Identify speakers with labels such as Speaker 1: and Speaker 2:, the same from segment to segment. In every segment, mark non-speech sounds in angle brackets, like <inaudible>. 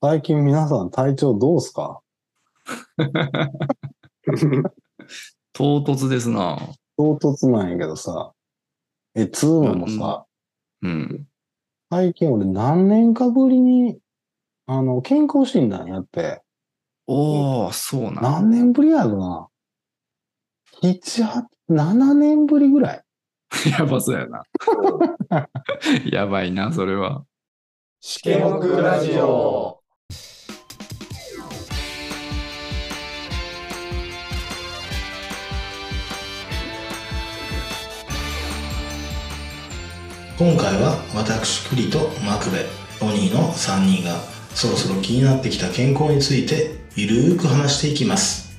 Speaker 1: 最近皆さん体調どうすか
Speaker 2: 唐突ですな。
Speaker 1: 唐突なんやけどさ。え、ツーマもさ、
Speaker 2: うん。
Speaker 1: 最近俺何年かぶりに、あの、健康診断やって、
Speaker 2: おー、そうな。
Speaker 1: 何年ぶりやろな。7、8 7年ぶりぐらい。
Speaker 2: やばそうやな。 <laughs> やばいな、それは。
Speaker 3: シケモクラジオ。
Speaker 4: 今回は私クリとマクベオニーの3人がそろそろ気になってきた健康についてゆるーく話していきます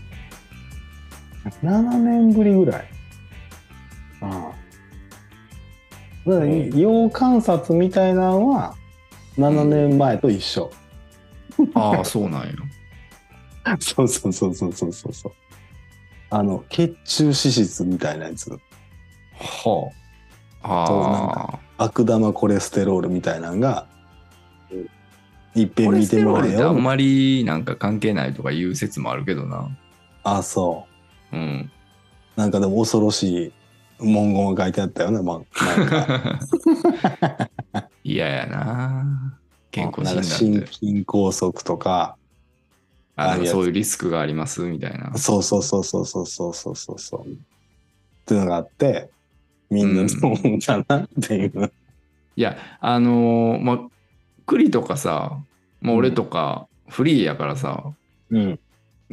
Speaker 1: 7年ぶりぐらい。うん。だから、要観察みたいなのは、7年前と一緒。
Speaker 2: ああ、そうなんよ。
Speaker 1: そうそうそうそうそうそうそう。あの、血中脂質みたいなやつ。
Speaker 2: はあ。
Speaker 1: そうなん
Speaker 2: ああ。
Speaker 1: 悪玉コレステロールみたいなのが、いっぺ
Speaker 2: コ
Speaker 1: ん
Speaker 2: レ
Speaker 1: 見
Speaker 2: ステ
Speaker 1: ても
Speaker 2: ロー
Speaker 1: らえ
Speaker 2: ルってあん
Speaker 1: よ。
Speaker 2: まりなんか関係ないとかいう説もあるけどな。
Speaker 1: あ、そ
Speaker 2: <laughs> うん。
Speaker 1: う。なんかでも恐ろしい文言が書いてあったよね、まあ、なんか
Speaker 2: 嫌やな。 <laughs> 健康
Speaker 1: なんか
Speaker 2: 診
Speaker 1: 心
Speaker 2: 断って。
Speaker 1: 筋梗塞とか、
Speaker 2: あなんかそういうリスクがありますみたいな。
Speaker 1: そうそうそうそうそうそうそうそうそう。っていうのがあって、みん
Speaker 2: う
Speaker 1: なんそうだなっていう。
Speaker 2: いや、あのーまあ、栗とかさ、もう俺とかフリーやからさ、
Speaker 1: うん。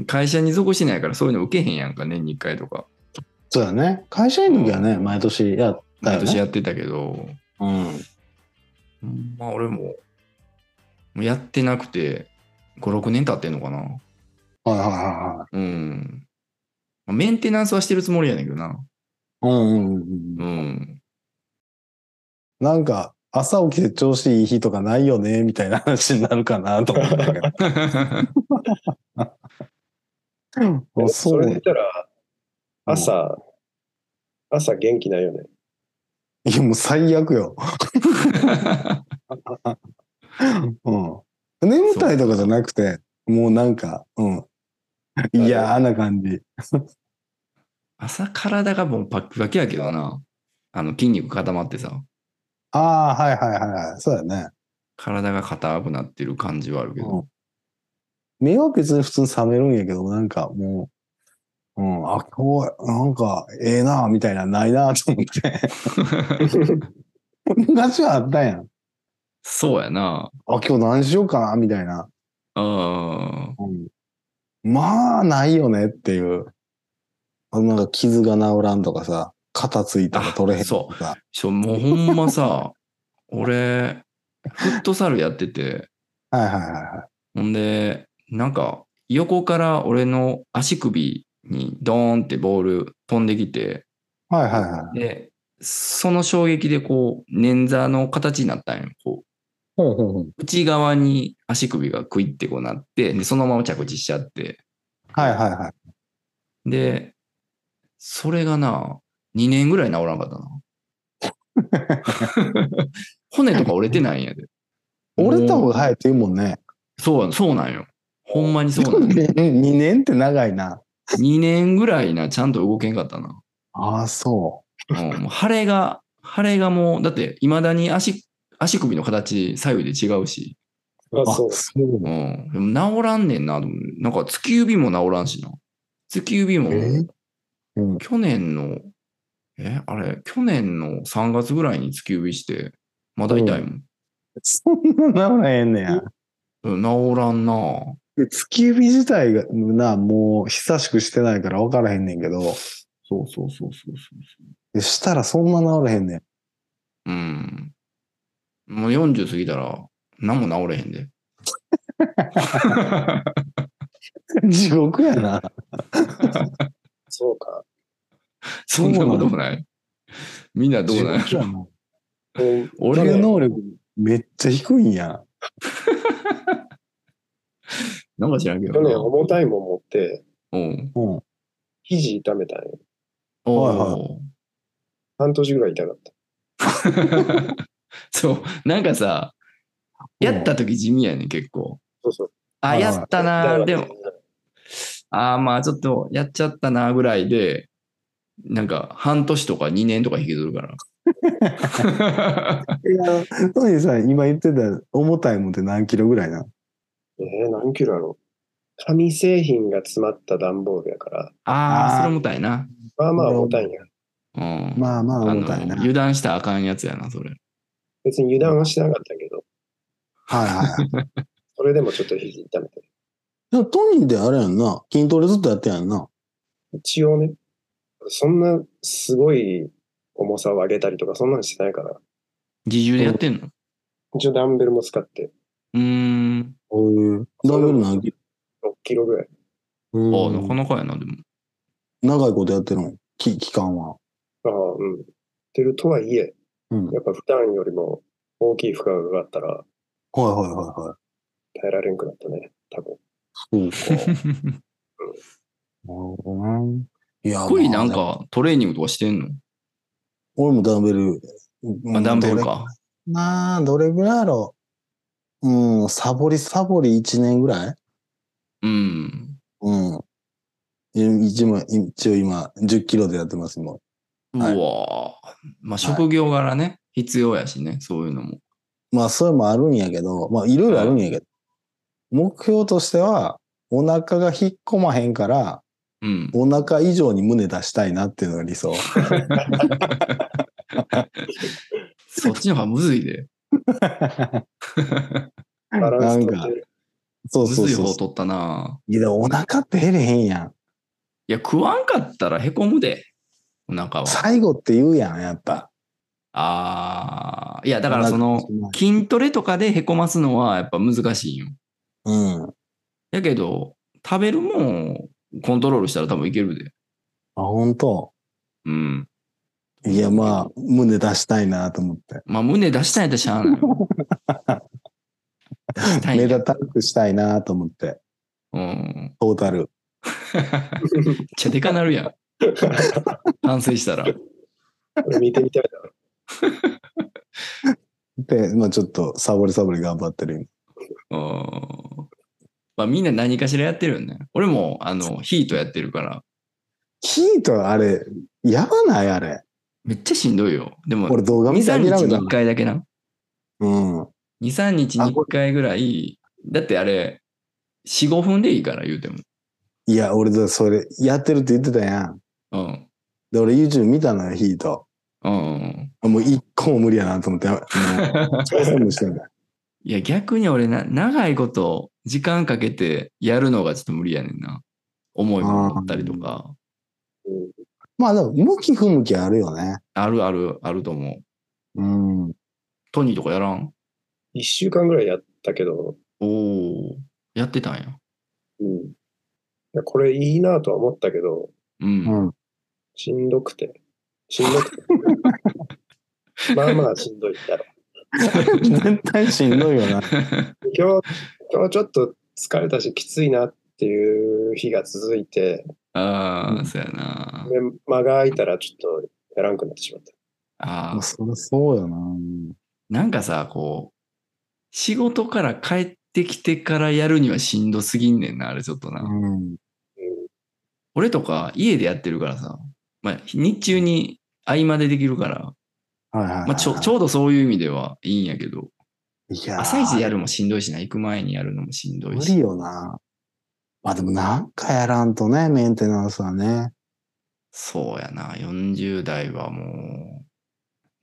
Speaker 2: 会社に属しないからそういうの受けへんやんか、年に1回とか。
Speaker 1: そうだね。会社員の時はね、毎年やった
Speaker 2: 毎
Speaker 1: よね。
Speaker 2: 年やってたけど、
Speaker 1: うん。
Speaker 2: まあ俺も、もうやってなくて、5、6年経ってんのかな。
Speaker 1: はいはいはいはい。
Speaker 2: うん。まあメンテナンスはしてるつもりやねんけどな。
Speaker 1: うんうんうんうん。
Speaker 2: <laughs> うん。
Speaker 1: なんか、朝起きて調子いい日とかないよね、みたいな話になるかなと思ったけど。もう
Speaker 3: そ
Speaker 1: そう
Speaker 3: れで言ったら、朝、朝元気ないよね。
Speaker 1: いや、もう最悪よ。うん。眠たいとかじゃなくて、もうなんか、うん。嫌な感じ。
Speaker 2: 朝体がもうパッキパキやけどな。あの筋肉固まってさ、
Speaker 1: ああ、はいはいはいはい。そうだね。
Speaker 2: 体が硬くなってる感じはあるけ
Speaker 1: う
Speaker 2: ど。
Speaker 1: ん、目は別に普通に覚めるんやけど、なんかもう、うん、あ、今日は、なんか、ええな、みたいな、ないな、と思って。昔はあったやん。
Speaker 2: そうやな。
Speaker 1: あ、今日何しようかな、みたいな。
Speaker 2: うん。
Speaker 1: まあ、ないよねっていう。あなんか傷が治らんとかさ、肩ついたら取れへんとか。
Speaker 2: ちょ、もうほんま
Speaker 1: <laughs>
Speaker 2: さ、俺、フットサルやってて、
Speaker 1: はいはいはいは
Speaker 2: ほんで、なんか、横から俺の足首にドーンってボール飛んできて、
Speaker 1: い。はいはいはい。
Speaker 2: で、その衝撃でこう、捻挫の形になったんよ。こ
Speaker 1: ほうほうほう。
Speaker 2: う内側に足首がクイってこうなって、で、そのまま着地しちゃって。
Speaker 1: はいはいはい。
Speaker 2: で、それがな、2年ぐらい治らんかったな。骨とか折れてないんやで。
Speaker 1: 折れた方が早いって言うもんね。
Speaker 2: そうやそうなんよ。ほんまにそうなんよ。
Speaker 1: 2年って長いな。
Speaker 2: 2年ぐらいな、ちゃんと動けんかったな。
Speaker 1: ああ、そ
Speaker 2: うん、もう腫れが、腫れがもう、だって、いまだに足、足首の形、左右で違うし、
Speaker 3: あ
Speaker 1: う。あ、
Speaker 3: そ。
Speaker 1: そうう
Speaker 2: う。ん。でも治らんねんな、と思うなんか、突き指も治らんしな。突き指も、
Speaker 1: えうん。
Speaker 2: 去年の、え、あれ、去年の3月ぐらいに突き指して、まだ痛いもん。
Speaker 1: そんな治らへんねや。
Speaker 2: うん治らんな
Speaker 1: で突き指自体が、な、もう久しくしてないから分からへんねんけど、
Speaker 2: そうそうそうそうそうそ
Speaker 1: でしたらそんな治らへんねん。
Speaker 2: う。うん。もう40過ぎたら、何も治れへんで。
Speaker 1: <laughs> 地獄やな。
Speaker 3: そうか。
Speaker 2: そんなこともない。みんなどうなんや
Speaker 1: 地獄やな
Speaker 3: うん
Speaker 2: 俺
Speaker 1: 俺
Speaker 2: が
Speaker 1: の能力めっちゃ低いんや。
Speaker 2: なんか知らんけど
Speaker 3: 去
Speaker 2: な。
Speaker 3: 年重たいもん持って、
Speaker 2: うん。
Speaker 1: うん。
Speaker 3: 肘痛めたんよ。
Speaker 2: お
Speaker 1: はい
Speaker 2: お。
Speaker 3: 半年ぐらい痛かった。
Speaker 2: そう。なんかさ、やった時地味やねん結構。
Speaker 3: そうそう
Speaker 2: あ、
Speaker 1: はい
Speaker 2: やったなー、でも、あーまあちょっとやっちゃったなーぐらいで、なんか半年とか2年とか引きず
Speaker 1: <laughs>
Speaker 2: るから。
Speaker 1: いや、トニーさん、今言ってた重たいもんって何キロぐらいな
Speaker 3: えー、何キロやろう紙製品が詰まった段ボールやから、
Speaker 2: ああ、
Speaker 1: あー
Speaker 2: それ重たいな。
Speaker 3: まあまあ重たいんや。
Speaker 2: うん。
Speaker 1: まあまあ
Speaker 2: あ
Speaker 1: 重
Speaker 2: の
Speaker 1: たいな。はい
Speaker 2: 油断したらあかんやつやな、それ。
Speaker 3: 別に油断はしてなかったけど、
Speaker 1: はい。
Speaker 3: それでもちょっと肘痛めて。
Speaker 1: でもトニーってあれやんな。筋トレずっとやってんやんな。
Speaker 3: 一応ね、そんなすごい重さを上げたりとか、そんなのしてないから、
Speaker 2: 自重でやってんの
Speaker 3: 一応ダンベルも使って
Speaker 2: うーん。
Speaker 1: こういう。ダブル何キ
Speaker 3: 6キロぐらい。
Speaker 2: あ
Speaker 1: ロ
Speaker 2: ーなかなかやな、でも。
Speaker 1: 長いことやってるのき期間は。
Speaker 3: ああ、うん。やってるとはいえ、
Speaker 1: うん。はい
Speaker 3: やっぱ普段よりも大きい負荷がかかったら
Speaker 1: はいはいはい。
Speaker 3: 耐えられんくなったね、多分。
Speaker 1: そうか。なるほどな。い
Speaker 2: <laughs>
Speaker 1: や、
Speaker 2: クイなん
Speaker 1: まあね
Speaker 2: かトレーニングとかしてんの
Speaker 1: 俺もダンベル。
Speaker 2: あ、ダンベルか。
Speaker 1: まあ、どれぐらいやろう。うん、サボり、サボり1年ぐらい
Speaker 2: うん。
Speaker 1: うん。い一応一応今、10キロでやってます、今。
Speaker 2: うわ
Speaker 1: はい
Speaker 2: ーまあ職業柄ね、必要やしね、そういうのも。
Speaker 1: まあ、それもあるんやけど、まあ、いろいろあるんやけど、目標としては、お腹が引っ込まへんから、
Speaker 2: うん。
Speaker 1: お腹以上に胸出したいなっていうのが理
Speaker 2: <laughs>
Speaker 1: 想。
Speaker 2: そっちの方がむずいで。
Speaker 3: バランス取
Speaker 1: な
Speaker 3: っ
Speaker 1: ん
Speaker 3: て
Speaker 1: か
Speaker 3: る。
Speaker 1: そう
Speaker 2: む
Speaker 1: そう
Speaker 2: ずい
Speaker 1: そう
Speaker 2: 方。取ったない
Speaker 1: や、でもお腹って減れへんやん。
Speaker 2: いや、食わんかったらへこむで。お腹は。
Speaker 1: 最後って言うやん、やっぱ。
Speaker 2: ああ。いや、だからそ
Speaker 1: お
Speaker 2: の
Speaker 1: 腹、が
Speaker 2: 筋トレとかでへこますのはやっぱ難しいんよ。
Speaker 1: うん。
Speaker 2: やけど、食べるもんをコントロールしたら多分いけるで。
Speaker 1: あ、本当
Speaker 2: うん。
Speaker 1: いや、まあ、胸出したいなと思って。
Speaker 2: まあ、胸出したいとしゃあない。
Speaker 1: <laughs>
Speaker 2: 出したい
Speaker 1: 目
Speaker 2: んや。
Speaker 1: 立たなくしたいなと思って。
Speaker 2: うん。
Speaker 1: トータル。
Speaker 2: めっちゃでかなるやん。完成したら。
Speaker 3: こ <laughs> れ見てみたいな。
Speaker 1: で、まあちょっとサボりサボり頑張ってる
Speaker 2: うんまあ、みんな何かしらやってるよね。俺も、あの、ヒートやってるから、
Speaker 1: ヒートあれ、やばないあれ。
Speaker 2: めっちゃしんどいよ。でも、2、
Speaker 1: 俺動画見て
Speaker 2: 3
Speaker 1: 諦め
Speaker 2: 日に
Speaker 1: た
Speaker 2: 1。回だけな。
Speaker 1: うん。
Speaker 2: 2、3日に
Speaker 1: あこ
Speaker 2: 1回ぐらい、だってあれ、4、5分でいいから言うても。
Speaker 1: いや、俺だ、それ、やってるって言ってたやん。
Speaker 2: うん。
Speaker 1: で、俺 YouTube 見たのよ、ヒート。
Speaker 2: うん。
Speaker 1: もう一個も無理やなと思
Speaker 2: <laughs>
Speaker 1: って、もう、挑戦もしてんだ。
Speaker 2: いや、逆に俺な、長いこと、時間かけてやるのがちょっと無理やねんな。思いも持ったりとか。
Speaker 3: うん
Speaker 1: まあでも、向き不向きあるよね。
Speaker 2: あるある、あると思う。
Speaker 1: うん。
Speaker 2: トニーとかやらん
Speaker 3: 一週間ぐらいやったけど、
Speaker 2: おおやってたんや。
Speaker 3: うん、いやこれいいなとは思ったけど、
Speaker 2: うん。
Speaker 1: うん。
Speaker 3: しんどくて。しんど
Speaker 1: <laughs>
Speaker 3: くて。まあまあしんどいだろ。
Speaker 1: 絶対しんどいよな。
Speaker 3: 今日、今日ちょっと疲れたし、きついなっていう日が続いて、
Speaker 2: <laughs> ああ、そうやな。
Speaker 3: で間が空いたらちょっとやらんくなってしまった。
Speaker 2: あ
Speaker 1: ま
Speaker 2: あ
Speaker 1: あ、、そりゃそうよな。
Speaker 2: なんかさ、こう、仕事から帰ってきてからやるにはしんどすぎんねんな、あれちょっとな。
Speaker 1: うん。
Speaker 2: 俺とか家でやってるからさ、まあ、日中に合間でできるから、
Speaker 1: はいはいはい、
Speaker 2: まあ、ちょちょうどそういう意味ではいいんやけど、
Speaker 1: いやー
Speaker 2: 朝一でやるもしんどいしな、行く前にやるのもしんどい
Speaker 1: 無理
Speaker 2: し。
Speaker 1: よな。まあでもなんかやらんとね、メンテナンスはね。
Speaker 2: そうやな、40代はもう、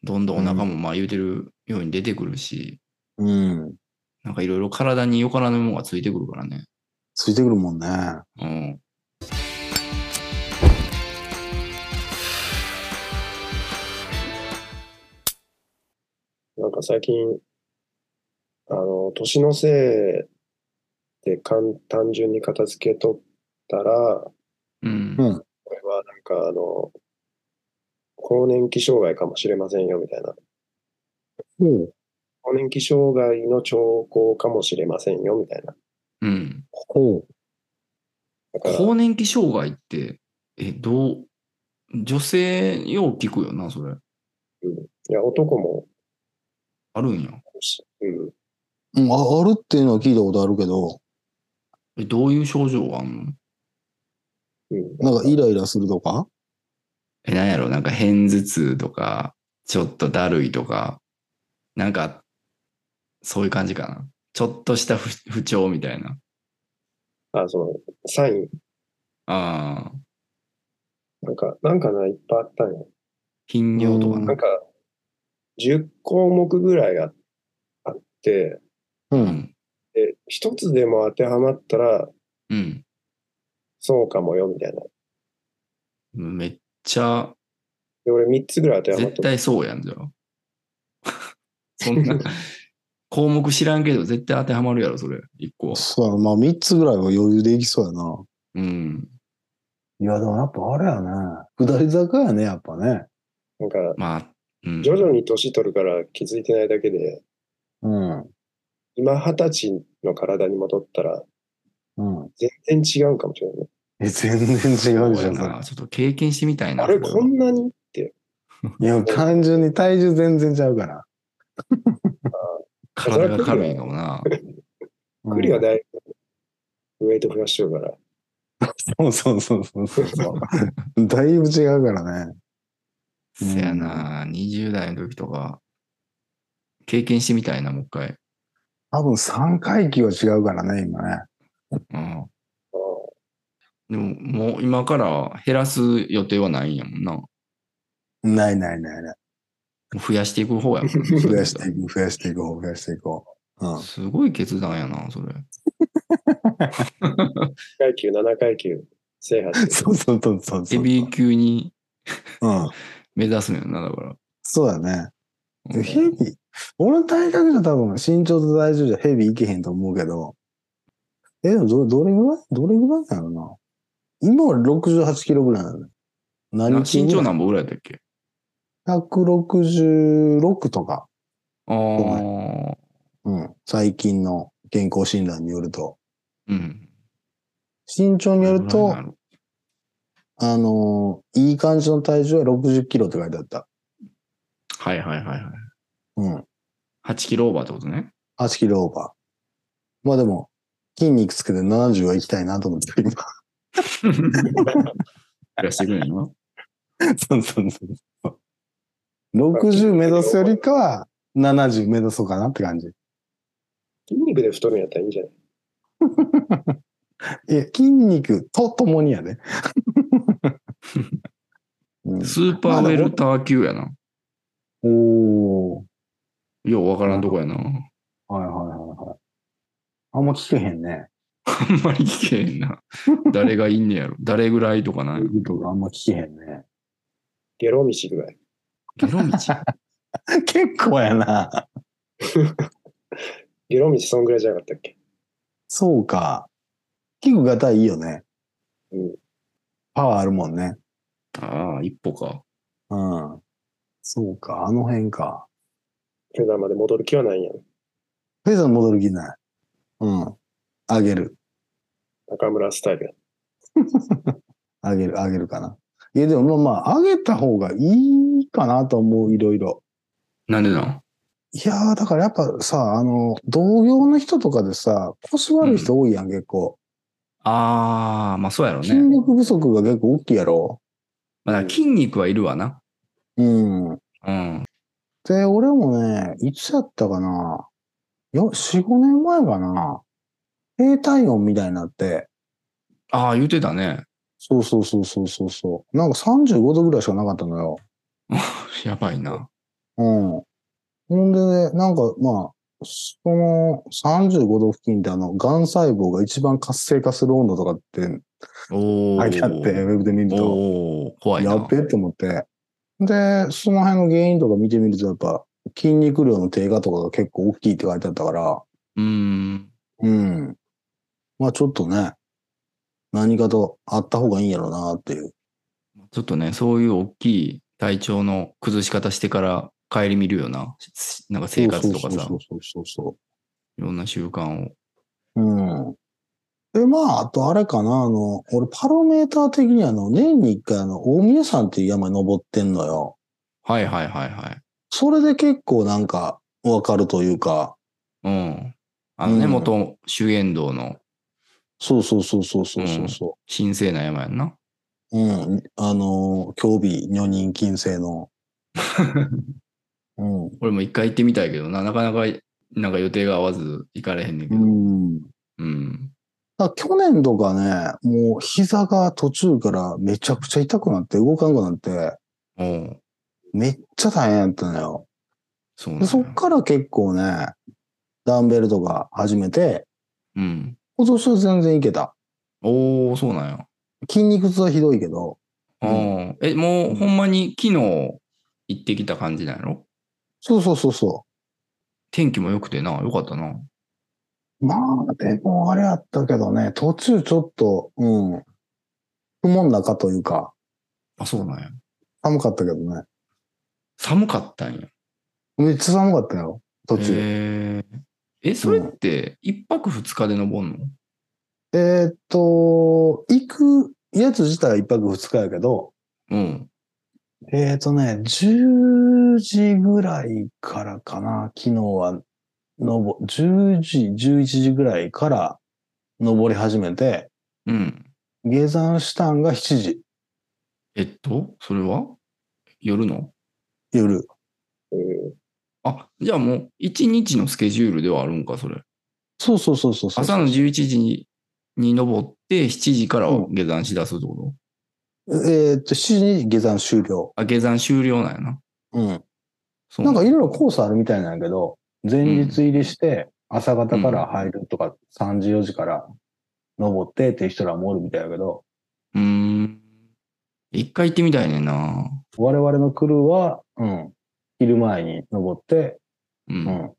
Speaker 2: どんどんお腹もまあ言うてるように出てくるし、
Speaker 1: うん。
Speaker 2: なんかいろいろ体によからぬもんがついてくるからね。
Speaker 1: ついてくるもんね。
Speaker 2: うん。
Speaker 3: なんか最近、あの、年のせいで簡単純に片付けとったら、
Speaker 2: うん。
Speaker 1: うん
Speaker 3: これはなんかあの、更年期障害かもしれませんよみたいな。
Speaker 1: うん。
Speaker 3: 更年期障害の兆候かもしれませんよみたいな。
Speaker 2: うん。
Speaker 1: ほう。
Speaker 3: だから、
Speaker 2: 更年期障害って、え、どう、女性よう聞くよな、それ。
Speaker 3: いや、男も
Speaker 2: あるんや。
Speaker 3: あるし、うん。
Speaker 1: うん、ああるっていうのは聞いたことあるけど、
Speaker 2: え、どういう症状があんの
Speaker 3: うん。
Speaker 1: なんかイライラするとか
Speaker 2: え、なんやろなんか偏頭痛とか、ちょっとだるいとか、なんか、そういう感じかな。ちょっとした不不調みたいな。
Speaker 3: あ、その、サイン、
Speaker 2: ああ、
Speaker 3: なんか、なんかな、いっぱいあったんや。
Speaker 2: 頻尿とか
Speaker 1: うん
Speaker 2: な
Speaker 3: なんか、10項目ぐらいああって、
Speaker 1: う。
Speaker 2: うんん。
Speaker 3: で、一つでも当てはまったら、
Speaker 2: うん。
Speaker 3: そうかもよ、みたいな。
Speaker 2: めっちゃ、
Speaker 3: で、俺3つぐらい当てはまっ
Speaker 2: 絶
Speaker 3: た。
Speaker 2: 対そうやんじゃあ。 <laughs> そんな、項目知らんけど、絶対当てはまるやろ、それ。一個は。
Speaker 1: そうやな。まあ3つぐらいは余裕でいきそうやな。
Speaker 2: うん。
Speaker 1: いや、でもやっぱあれやね。下り坂やね、やっぱね。
Speaker 3: なんか、
Speaker 2: まあ、うん。
Speaker 3: 徐々に年取るから気づいてないだけで、
Speaker 1: うん。
Speaker 3: 今二十歳の体に戻ったら、
Speaker 1: うん。
Speaker 3: 全然違うかもしれないね。
Speaker 1: え、全然違うじ
Speaker 2: そ
Speaker 1: ゃ。
Speaker 2: うんや
Speaker 1: それ
Speaker 2: なちょっと経験してみたいな。
Speaker 3: あれ、
Speaker 2: そ
Speaker 3: こ
Speaker 2: は
Speaker 3: んなにって。
Speaker 1: いや、単純に体重全然ちゃうから。
Speaker 2: 体が軽いのもな。
Speaker 1: うん
Speaker 3: クリはだいぶ、ウェイト増やしちゃうから。
Speaker 1: そうそうそうそうそう <laughs> そう。だいぶ違うからね。
Speaker 2: せやな、20代の時とか、経験してみたいな、もう一回。
Speaker 1: 多分3回忌は違うからね、今ね。
Speaker 2: うん。でも、もう今から減らす予定はないんやもんな。も
Speaker 1: ないないないな
Speaker 2: う増やしていく方やもん。
Speaker 1: い。 <laughs> 増やしていこう、増やしていこう、増やしていこう。うん。
Speaker 2: すごい決断やな、それ。
Speaker 3: 階級、7階級、制覇
Speaker 1: <laughs>
Speaker 3: して。
Speaker 1: そうそうそうそうそう。
Speaker 2: ヘビー級に
Speaker 1: うん。
Speaker 2: 目指すんやな、だから。
Speaker 1: そうだね。
Speaker 2: うん
Speaker 1: ヘビ俺の体格じゃ多分身長と体重じゃヘビいけへんと思うけど。え、でもどどれぐらいどれぐらいなのな今俺68キロぐらいなの。
Speaker 2: な
Speaker 1: 何
Speaker 2: 身長
Speaker 1: な
Speaker 2: 何本ぐらいだっけ
Speaker 1: ?166 とか。
Speaker 2: ああ、
Speaker 1: うん。最近の健康診断によると。
Speaker 2: うん。
Speaker 1: 身長によると、あのーいい感じの体重は60キロって書いてあった。
Speaker 2: はいはいはいはい。
Speaker 1: うん。
Speaker 2: 8キロオーバーってことね。
Speaker 1: 8キロオーバー。まあでも、筋肉つけて70はいきたいなと思ってる、今。
Speaker 2: <laughs> 増やしてくれんの
Speaker 1: そうそうそうそう。60目指すよりかは、70目指そうかなって感じ。
Speaker 3: 筋肉で太るんやったらいいんじゃない
Speaker 1: いや、筋肉とともにやで。 <laughs> うん
Speaker 2: スーパーウェルター級やな。
Speaker 1: おー。
Speaker 2: ようわからんとこやな。あ
Speaker 1: はいはいはいはい。あんま聞けへんね。
Speaker 2: んまり聞けへんな。誰がいんねやろ。誰ぐらいとかない。
Speaker 1: 言うことがあんま聞けへんね。
Speaker 3: ゲロ道ぐらい。
Speaker 2: ゲロ道。
Speaker 1: 結構やな。
Speaker 3: ゲロ道そんぐらいじゃなかったっけ
Speaker 1: そうか。結構ガタイいいよね。
Speaker 3: うん
Speaker 1: パワーあるもんね。
Speaker 2: ああ、一歩か。
Speaker 1: うん。そうか、あの辺か。
Speaker 3: フェザーまで戻る気はないんやん。
Speaker 1: フェザー戻る気ない。うん。あげる。
Speaker 3: 中村スタイルや。
Speaker 1: あげる、あげるかな。いや、でもまあまあ、あげた方がいいかなと思う、いろいろ。
Speaker 2: なんでなん
Speaker 1: いやー、だからやっぱさ、あの、同業の人とかでさ、腰悪い人多いやん、結構。
Speaker 2: ああ、まあそうやろう
Speaker 1: 筋
Speaker 2: ね。
Speaker 1: 力不足が結構大きいやろ。
Speaker 2: まあ、だから筋肉はいるわな。
Speaker 1: うん。
Speaker 2: うん。
Speaker 1: で、俺もね、いつやったかな。よ、4、5年前かな。低体温みたいになって。
Speaker 2: ああ、言うてたね。
Speaker 1: そうそうそうそうそうそう。なんか35度ぐらいしかなかったのよ。
Speaker 2: やばいな。
Speaker 1: うん。ほんでね、なんかまあ、その35度付近ってあの、癌細胞が一番活性化する温度とかって
Speaker 2: おお。
Speaker 1: 書いてあって、ウェブで見ると、
Speaker 2: おお、怖いな。
Speaker 1: やっべえって思って。で、その辺の原因とか見てみると、やっぱ筋肉量の低下とかが結構大きいって書いてあったから、
Speaker 2: うーん。
Speaker 1: うん。まあちょっとね、何かとあった方がいいんやろうなっていう。
Speaker 2: ちょっとね、そういう大きい体調の崩し方してから帰り見るよな。しなんか生活とかさ
Speaker 1: そ、うそうそうそ
Speaker 2: いろんな習慣を。
Speaker 1: う。うん。で、まあ、あとあれかな、あの、俺パロメーター的にあの、年に一回あの、大宮山っていう山に登ってんのよ。
Speaker 2: はいはいはいはい。
Speaker 1: それで結構なんか、わかるというか、
Speaker 2: うん。あのね、
Speaker 1: うん
Speaker 2: 元修験道の
Speaker 1: そうそうそうそうそうそうそ
Speaker 2: 神聖な山やんな。
Speaker 1: う。うん。あのー、競技、女人禁制 <laughs> の。うん。
Speaker 2: 俺も一回行ってみたいけどな、なかなか、なんか予定が合わず行かれへんねんけ
Speaker 1: う
Speaker 2: ど。
Speaker 1: ん。
Speaker 2: うん。
Speaker 1: だから去年とかね、もう膝が途中からめちゃくちゃ痛くなって動かんくなって、
Speaker 2: おう
Speaker 1: めっちゃ大変やったのよ。
Speaker 2: そうなん
Speaker 1: で
Speaker 2: や
Speaker 1: そっから結構ね、ダンベルとか始めて、
Speaker 2: うん。
Speaker 1: 今年は全然いけた。
Speaker 2: おおそうなんや。
Speaker 1: 筋肉痛はひどいけど、
Speaker 2: あーえ、もうほんまに昨日行ってきた感じなんやろ
Speaker 1: そうそうそうそ
Speaker 2: 天気も良くてな、よかったな。
Speaker 1: う。まあ、でもあれやったけどね、途中ちょっと、うん、不問中というか、
Speaker 2: あ、そうなんや。
Speaker 1: 寒かったけどね。
Speaker 2: 寒かったんや。
Speaker 1: めっちゃ寒かったよ、途中。
Speaker 2: へーえ、それって一泊二日で登んの
Speaker 1: えーっと、行くやつ自体は一泊二日やけど、
Speaker 2: うん。
Speaker 1: えーっとね、10時ぐらいからかな、昨日は、のぼ、10時、11時ぐらいから登り始めて、
Speaker 2: うん。
Speaker 1: 下山したんが7時、
Speaker 2: えっと、それは夜の
Speaker 1: 夜。
Speaker 3: うん
Speaker 2: あ、じゃあもう一日のスケジュールではあるんか、それ。
Speaker 1: そうそうそうそうそう。
Speaker 2: 朝の11時にに登って、7時からは下山しだすってこと、
Speaker 1: えーっと、7時に下山終了。
Speaker 2: あ、下山終了なんやな。
Speaker 1: うん。
Speaker 2: そう
Speaker 1: なんかいろいろコースあるみたいなんやけど、前日入りして、朝方から入るとか、3時4時から登ってっていう人らもおるみたいやけど、
Speaker 2: うーん。一回行ってみたいねんな。
Speaker 1: 我々のクルーは、うん、昼前に登って、
Speaker 2: うん。
Speaker 1: うん、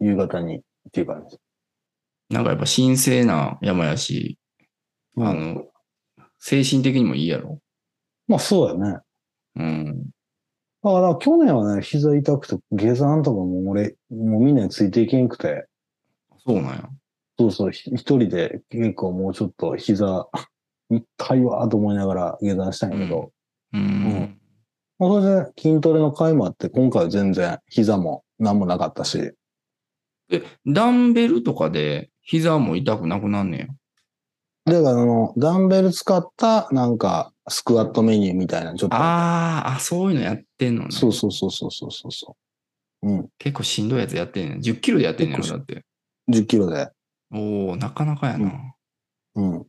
Speaker 1: 夕方にっていう感じ。
Speaker 2: なんかやっぱ神聖な山やし、あの、精神的にもいいやろ。
Speaker 1: まあそうだよね。だか
Speaker 2: うん。
Speaker 1: ら去年はね、膝痛くて、下山とかも俺、もうみんなについていけんくて、
Speaker 2: そうなんや。
Speaker 1: そうそう、ひ一人で結構もうちょっと膝、痛いわーと思いながら下山したんやけど、
Speaker 2: う
Speaker 1: うんん。まあそれで筋トレの回もあって、今回は全然膝も何もなかったし、
Speaker 2: え、ダンベルとかで膝も痛くなくなんねや。
Speaker 1: だからあの、ダンベル使ったなんかスクワットメニューみたいなのちょっと
Speaker 2: あーあ、そういうのやってんのね。
Speaker 1: そうそうそうそうそうそうそう。うん。
Speaker 2: 結構しんどいやつやってんねん。10キロでやってんねんやろ、だって。
Speaker 1: 10キロで。
Speaker 2: おおなかなかやな。
Speaker 1: うん。そう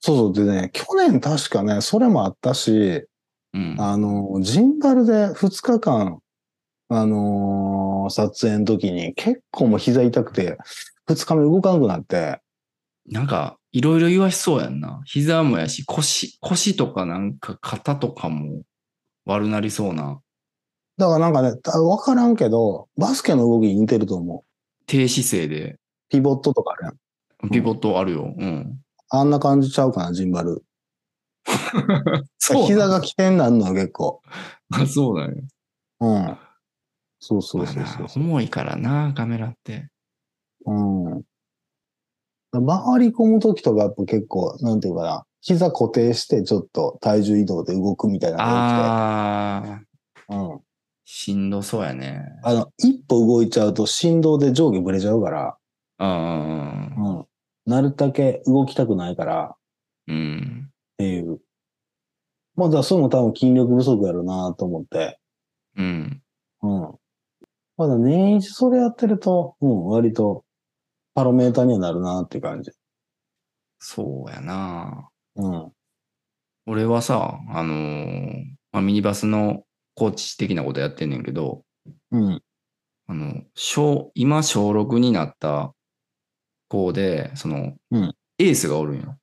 Speaker 1: そう。でね、去年確かね、それもあったし、
Speaker 2: うん。
Speaker 1: あの、ジンバルで2日間、あのー撮影の時に結構もう膝痛くて、2日目動かなくなって、
Speaker 2: なんか、いろいろ言わしそうやんな。膝もやし、腰、腰とかなんか肩とかも悪なりそうな。
Speaker 1: だからなんかね、たわからんけど、バスケの動きに似てると思う。
Speaker 2: 低姿勢で、
Speaker 1: ピボットとかね。
Speaker 2: ピボットあるよ。うん。
Speaker 1: あんな感じちゃうかな、ジンバル。
Speaker 2: そう
Speaker 1: 膝
Speaker 2: な
Speaker 1: が
Speaker 2: ん
Speaker 1: 起点なんのよ、結構。
Speaker 2: あ <laughs> そうなんや。
Speaker 1: うん。そうそうそう
Speaker 2: まあ
Speaker 1: そう
Speaker 2: な。重いからな、カメラって。
Speaker 1: うん。回り込むときとかやっぱ結構、なんていうかな、膝固定してちょっと体重移動で動くみたいなのが
Speaker 2: ああ、
Speaker 1: 起きて、うん。
Speaker 2: しんどそうやね。
Speaker 1: あの、一歩動いちゃうと振動で上下ぶれちゃうから、
Speaker 2: うん。
Speaker 1: うん。なるだけ動きたくないからっ
Speaker 2: うん。
Speaker 1: ていう。まあ、だからそれも多分筋力不足やろうなと思って、
Speaker 2: うん。
Speaker 1: うん。まだ年一それやってると、うん、割とパロメーターにはなるなっていう感じ。
Speaker 2: そうやな。
Speaker 1: うん。
Speaker 2: 俺はさ、あのーまあ、ミニバスのコーチ的なことやってんねんけど、
Speaker 1: うん。
Speaker 2: あの、小、今小6になった子で、その、
Speaker 1: うん
Speaker 2: エースがおるんよ。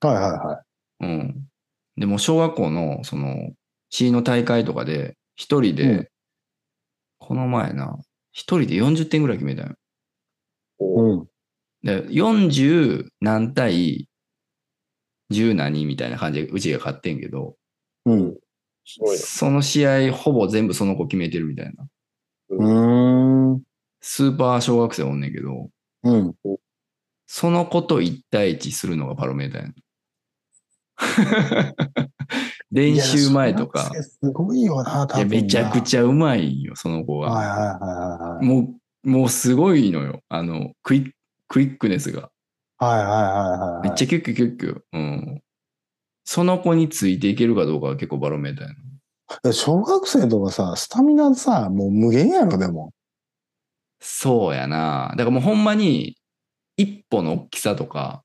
Speaker 1: はいはいはい。
Speaker 2: うん。でもう小学校の、その、市の大会とかで、一人で、
Speaker 1: うん
Speaker 2: この前な、一人で40点ぐらい決めたんよ。
Speaker 3: お
Speaker 1: うん。
Speaker 2: で、40何対10何みたいな感じで、うちが勝ってんけど、
Speaker 1: うん。
Speaker 3: すごいな。
Speaker 2: その試合ほぼ全部その子決めてるみたいな。
Speaker 1: うーん。
Speaker 2: スーパー小学生おんねんけど、
Speaker 1: うん。
Speaker 2: その子と1対1するのがパロメーターやねん <laughs> 練習前とか
Speaker 1: い、や。すごいよな、多
Speaker 2: いや
Speaker 1: 分な。
Speaker 2: めちゃく
Speaker 1: ゃ。
Speaker 2: ちゃうまいんよ、その子は。
Speaker 1: はいはいはいはいはい。
Speaker 2: もう、もうすごいのよ。あの、クイック、クイックネスが。
Speaker 1: はいはいはいはい。
Speaker 2: めっちゃキュッキュキュッキュ。うん。その子についていけるかどうかは結構バロメーターやな。
Speaker 1: いや小学生とかさ、スタミナさ、もう無限やろ、でも。
Speaker 2: そうやな。だからもうほんまに、一歩の大きさとか、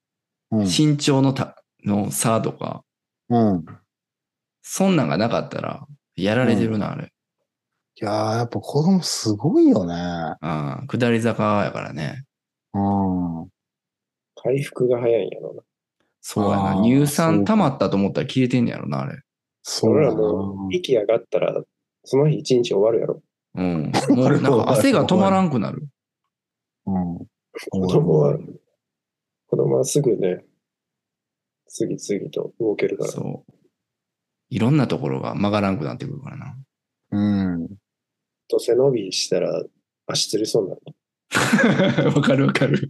Speaker 1: うん。
Speaker 2: 身長のたの差とか、
Speaker 1: うん、い
Speaker 2: そんなんがなかったら、やられてるな、あれ。
Speaker 1: やー、やっぱ子供すごいよね。
Speaker 2: ああ、下り坂やからね。
Speaker 1: うん。
Speaker 3: 回復が早いんやろな。
Speaker 2: そうやな。
Speaker 1: あー
Speaker 2: 乳
Speaker 1: そう
Speaker 2: 酸
Speaker 1: か
Speaker 2: 溜まったと思ったら消えてんねやろな、あれ。
Speaker 1: そう
Speaker 3: 俺
Speaker 1: だ
Speaker 3: ら
Speaker 1: な。
Speaker 3: もう、息上がったら、その日一日終わるやろ。
Speaker 2: <laughs> うん。もうなんか汗が止まらんくなる。
Speaker 1: うん。
Speaker 3: 子供は、子供はすぐね、次々と動けるから。
Speaker 2: そう。いろんなところが曲がらんくなってくるからな。
Speaker 1: うん。
Speaker 3: と背伸びしたら足つりそうになる。
Speaker 2: <laughs> わかるわかる。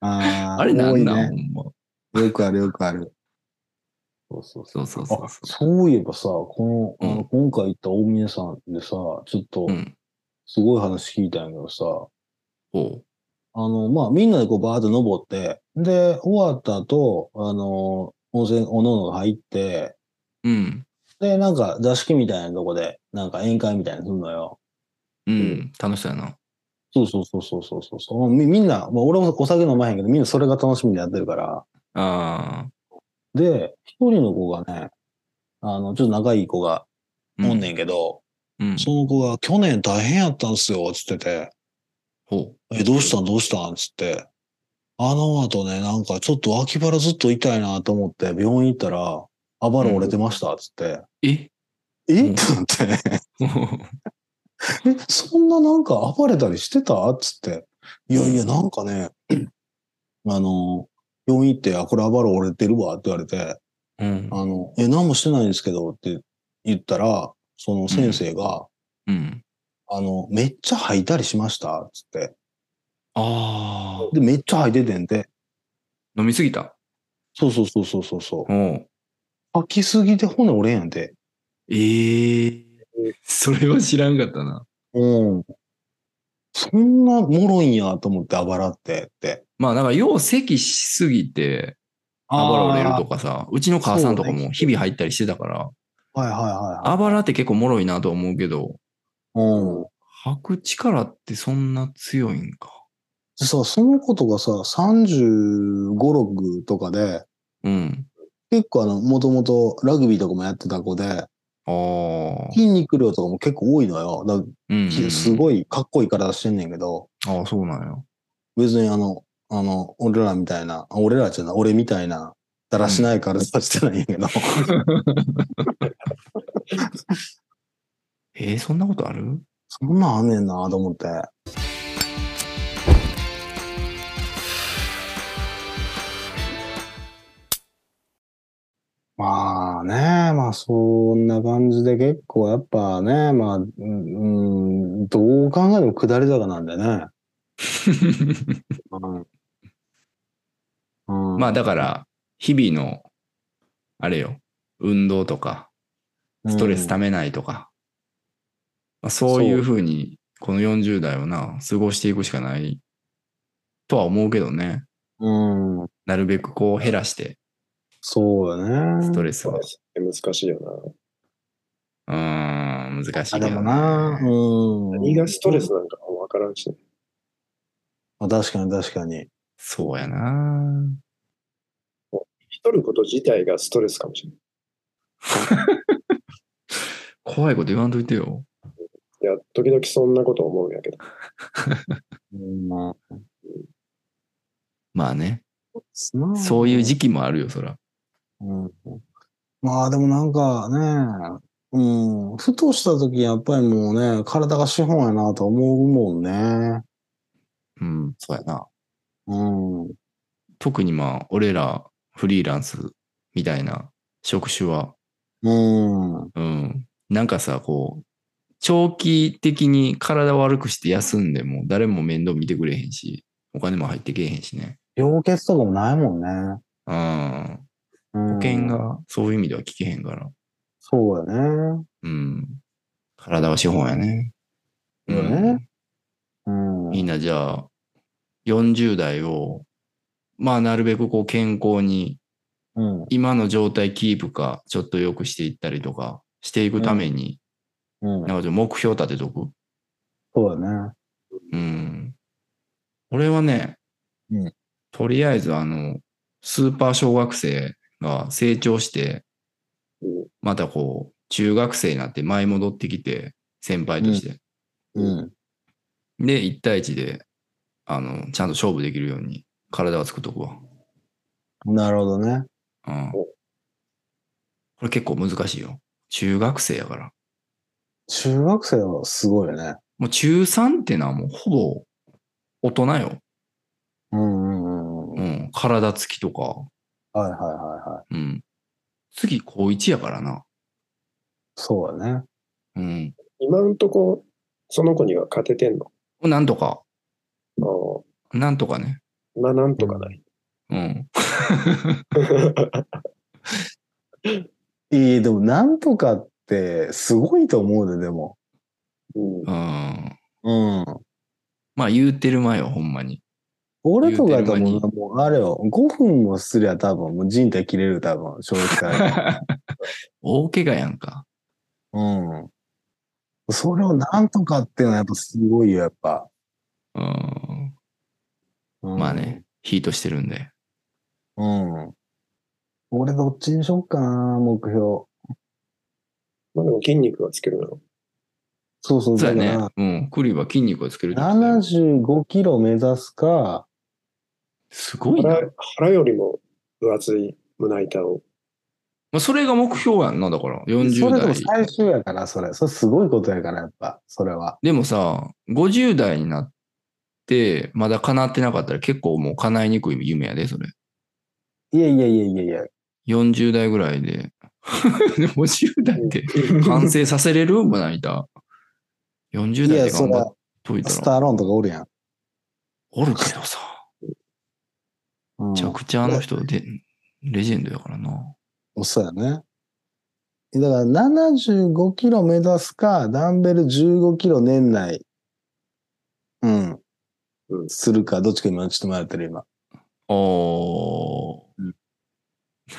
Speaker 1: あー
Speaker 2: あれなんな
Speaker 1: 多
Speaker 2: ん、
Speaker 1: いね
Speaker 2: ほんま。
Speaker 1: よくあるよくある。そうそう
Speaker 2: そうそうそう
Speaker 1: あ
Speaker 2: そ
Speaker 1: そういえばさ、この、
Speaker 2: うん
Speaker 1: あの今回行った大峰さんでさ、ちょっと
Speaker 2: う。うん。
Speaker 1: すごい話聞いたんやけどさ、
Speaker 2: おう。
Speaker 1: あの、まあ、みんなでこうバーッと登って、で、終わった後、あの、温泉、おのおのが入って、
Speaker 2: うん。
Speaker 1: で、なんか座敷みたいなとこで、なんか宴会みたいにするのよ。
Speaker 2: うん。楽しそうやな。
Speaker 1: そうそうそうそうそうそうそう。みみんな、まあ、俺もお酒飲まへんけど、みんなそれが楽しみでやってるから。
Speaker 2: ああ。
Speaker 1: で、一人の子がね、あの、ちょっと仲いい子が
Speaker 2: う
Speaker 1: おんねんけど、
Speaker 2: うん。
Speaker 1: その子が去年大変やったんすよ、つってて、
Speaker 2: ほ
Speaker 1: え、どうしたんどうしたんつって、あの後ね、なんかちょっと脇腹ずっと痛いなと思って、病院行ったら、あばら折れてました、つって。
Speaker 2: う。え <laughs>
Speaker 1: え
Speaker 2: う
Speaker 1: っ
Speaker 2: ん
Speaker 1: てなって、 <laughs> え、そんななんか暴れたりしてたつって。いやいや、なんかね、 <clears throat> あの、病院行って、あ、これ暴れ折れてるわって言われて、
Speaker 2: うん。
Speaker 1: あの、え、何もしてないんですけどって言ったら、その先生が、
Speaker 2: うん。
Speaker 1: あの、めっちゃ吐いたりしましたつって。
Speaker 2: ああ。
Speaker 1: で、めっちゃ吐いててんて。
Speaker 2: 飲みすぎた。
Speaker 1: そうそうそうそうそうそう。
Speaker 2: おう。
Speaker 1: 吐きすぎて骨折れんやんて。
Speaker 2: ええ <laughs> それは知らんかったな。
Speaker 1: うん。そんなもろいんやと思って、あばらってって。
Speaker 2: まあなんか、よう咳しすぎて、あばら折れるとかさ、うちの母さんとか
Speaker 1: そう
Speaker 2: も
Speaker 1: ね
Speaker 2: 日々入ったりしてたから、
Speaker 1: あー。はいはいはい、
Speaker 2: あばらって結構もろいなと思うけど、
Speaker 1: はい。うん。
Speaker 2: 吐く力ってそんな強いんか。
Speaker 1: でさ、その子とかさ、35、6とかで、
Speaker 2: うん。
Speaker 1: 結構あの、もともとラグビーとかもやってた子で、
Speaker 2: ああ。
Speaker 1: 筋肉量とかも結構多いのよ。だか
Speaker 2: うん
Speaker 1: らすごいかっこいい体してんねんけど、
Speaker 2: ああ、そうなんよ。
Speaker 1: 別にあの、あの、俺らみたいな、あ俺らじゃない、俺みたいな、だらしない体してないんや <laughs> けど、
Speaker 2: えー、そんなことある
Speaker 1: そんなんあんねんなと思って。まあね、まあそんな感じで結構やっぱね、まあ、うんうん、どう考えても下り坂なんで
Speaker 2: <laughs>
Speaker 1: ね。うん。うん、
Speaker 2: まあだから、日々の、あれよ、運動とか、ストレスためないとか、まあ、そういうふうに、この40代をな、過ごしていくしかないとは思うけどね。
Speaker 1: うん。うん。
Speaker 2: なるべくこう減らして、
Speaker 1: そうだね。
Speaker 2: ストレスは。
Speaker 3: 難しいよな。
Speaker 2: うーん、難しいけど
Speaker 1: あ、で
Speaker 2: ね、
Speaker 1: もな、うん。
Speaker 3: 何がストレスなんかもわからんし、
Speaker 1: まあ確かに確かに。
Speaker 2: そうやな。
Speaker 3: 太ること自体がストレスかもしれない。
Speaker 2: 怖いこと言わんといてよ。
Speaker 3: いや、時々そんなこと思うんやけど。
Speaker 1: うん、まあ
Speaker 2: まあね、
Speaker 1: すな
Speaker 2: そういう時期もあるよ、そら。
Speaker 1: うんまあでもなんかね、うん、ふとした時やっぱりもうね、体が資本やなと思うもんね。
Speaker 2: うん、そうやな。
Speaker 1: うん。
Speaker 2: 特にまあ、俺ら、フリーランスみたいな職種は、
Speaker 1: うん。
Speaker 2: うん、なんかさ、こう、長期的に体悪くして休んでも、誰も面倒見てくれへんし、お金も入ってけえへんしね。
Speaker 1: 病欠とかもないもんね。
Speaker 2: うん。
Speaker 1: うん
Speaker 2: 保険。が、そういう意味では効けへんから。
Speaker 1: そうだね。
Speaker 2: うん。体は資本やね。
Speaker 1: そうねうん。
Speaker 2: みんなじゃあ、40代を、まあ、なるべくこう健康に、
Speaker 1: うん。
Speaker 2: 今の状態キープか、ちょっと良くしていったりとか、していくために、
Speaker 1: うん。
Speaker 2: なんかちょっと目標立てとく。
Speaker 1: そうだね。
Speaker 2: うん。俺はね、
Speaker 1: うん
Speaker 2: とりあえずあの、スーパー小学生が成長して
Speaker 3: うん、
Speaker 2: またこう、中学生になって舞い戻ってきて、先輩として。
Speaker 1: うん。
Speaker 2: で、1対1で、あの、ちゃんと勝負できるように、体は作っとくわ。
Speaker 1: なるほどね。
Speaker 2: うん。
Speaker 3: お
Speaker 2: これ結構難しいよ。中学生やから。
Speaker 1: 中学生はすごいよね。
Speaker 2: もう中3ってのはもうほぼ大人よ。
Speaker 1: うんうんうん。
Speaker 2: う
Speaker 1: はい
Speaker 2: ん。体つきとか。
Speaker 1: はいはいはい。
Speaker 2: うん。次、高1やからな。
Speaker 1: そうだね。
Speaker 2: うん。
Speaker 3: 今んとこ、その子には勝ててんの
Speaker 2: なんとか。
Speaker 3: あ
Speaker 2: なんとかね。
Speaker 3: あまあ、なんとかない。
Speaker 2: うん。
Speaker 1: いい、でもなんとかってすごいと思うね、でも。
Speaker 3: う
Speaker 2: う
Speaker 3: ん
Speaker 2: ん。
Speaker 1: うん。
Speaker 2: まあ言うてる前よ、ほんま
Speaker 1: <laughs>
Speaker 2: に。
Speaker 1: 俺とかやったらも
Speaker 2: 言う
Speaker 1: う
Speaker 2: て
Speaker 1: もうあれよ、5分もすりゃ多分もう人体切れる多分、正直
Speaker 2: <laughs>
Speaker 1: から。
Speaker 2: 大怪我やんか。
Speaker 1: うん。それをなんとかっていうのはやっぱすごいよ、やっぱ。
Speaker 2: うん。
Speaker 1: うん
Speaker 2: まあ。ね、ヒートしてるんで。
Speaker 1: うん。俺どっちにしよっかな、目標。
Speaker 3: まあでも筋肉はつけるの。
Speaker 1: そうそう、
Speaker 2: そう
Speaker 1: だ
Speaker 2: や
Speaker 1: か
Speaker 2: ね
Speaker 1: ら。
Speaker 2: うん。クリは筋肉をつけるってことだよ
Speaker 1: 75キロ目指すか、
Speaker 2: すごいな。
Speaker 3: 腹腹よりも分厚い胸板を。
Speaker 2: まあ、それが目標やんな、だから。
Speaker 1: そ
Speaker 2: 40
Speaker 1: れでも
Speaker 2: 代。
Speaker 1: 最終やから、それ。それすごいことやから、やっぱ、それは。
Speaker 2: でもさ、50代になって、まだ叶ってなかったら結構もう叶いにくい夢やで、それ。
Speaker 1: いやいやいやいやいや。
Speaker 2: 40代ぐらいで。
Speaker 1: <laughs>
Speaker 2: でも50代って完成させれるもないた。40
Speaker 1: い
Speaker 2: 代で
Speaker 1: や、そ
Speaker 2: 頑張っ
Speaker 1: ら、
Speaker 2: といた
Speaker 1: ス
Speaker 2: ら。
Speaker 1: ターローンとかおるやん。
Speaker 2: おるけどさ、
Speaker 1: うん
Speaker 2: めちゃくちゃあの人で、レジェンドやからな。
Speaker 1: そうやね。だから75キロ目指すか、ダンベル15キロ年内、うん、
Speaker 3: うん
Speaker 1: するか、どっちか今ちょっと迷ってる今。
Speaker 2: お
Speaker 1: う
Speaker 2: ー。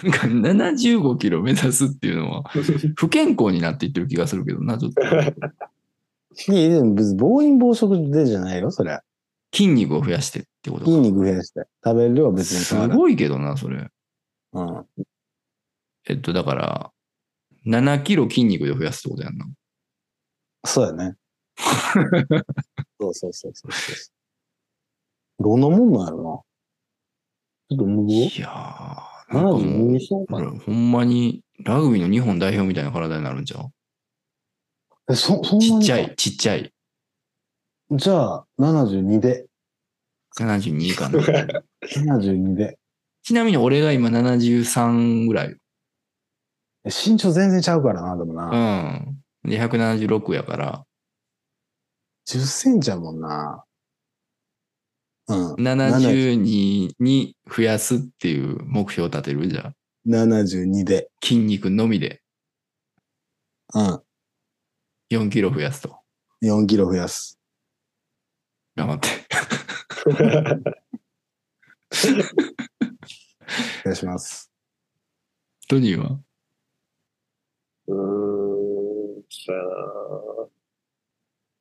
Speaker 2: なんか75キロ目指すっていうのは、不健康になっていってる気がするけどな、ちょっ
Speaker 1: <laughs>
Speaker 2: と。
Speaker 1: いや、でも別に暴飲暴食でじゃないよ、それ。
Speaker 2: 筋肉を増やしてってことか
Speaker 1: 筋肉増やして。食べる量は別に
Speaker 2: す
Speaker 1: 変わらない。
Speaker 2: ごいけどな、それ。
Speaker 1: うん。
Speaker 2: えっと、だから、7キロ筋肉で増やすってことやんな。
Speaker 1: そうやね。そうそうそうそうそう。どんなもんなんやろな。ちょっと無
Speaker 2: い
Speaker 1: 謀
Speaker 2: やー、なんかも
Speaker 1: ?72
Speaker 2: う
Speaker 1: にしようか
Speaker 2: ほ
Speaker 1: な
Speaker 2: ら、ほんまに、ラグビーの日本代表みたいな体になるんちゃう
Speaker 1: え、そ、そんなに
Speaker 2: ち
Speaker 1: か
Speaker 2: っちゃい、ちっちゃい。
Speaker 1: じゃあ、72で。
Speaker 2: 72かな。
Speaker 1: <laughs> 72で。
Speaker 2: ちなみに俺が今73ぐらい。
Speaker 1: 身長全然ちゃうからな、でもな。
Speaker 2: うん。で、176やから、
Speaker 1: 10センチやもんな。うん。
Speaker 2: 72に増やすっていう目標を立てるじゃあ。
Speaker 1: 72で。
Speaker 2: 筋肉のみで
Speaker 1: うん。
Speaker 2: 4キロ増やすと。
Speaker 1: 4キロ増やす。
Speaker 2: 頑張って。 <laughs>
Speaker 1: お願いします。
Speaker 2: トニーは
Speaker 3: うーん、さあ、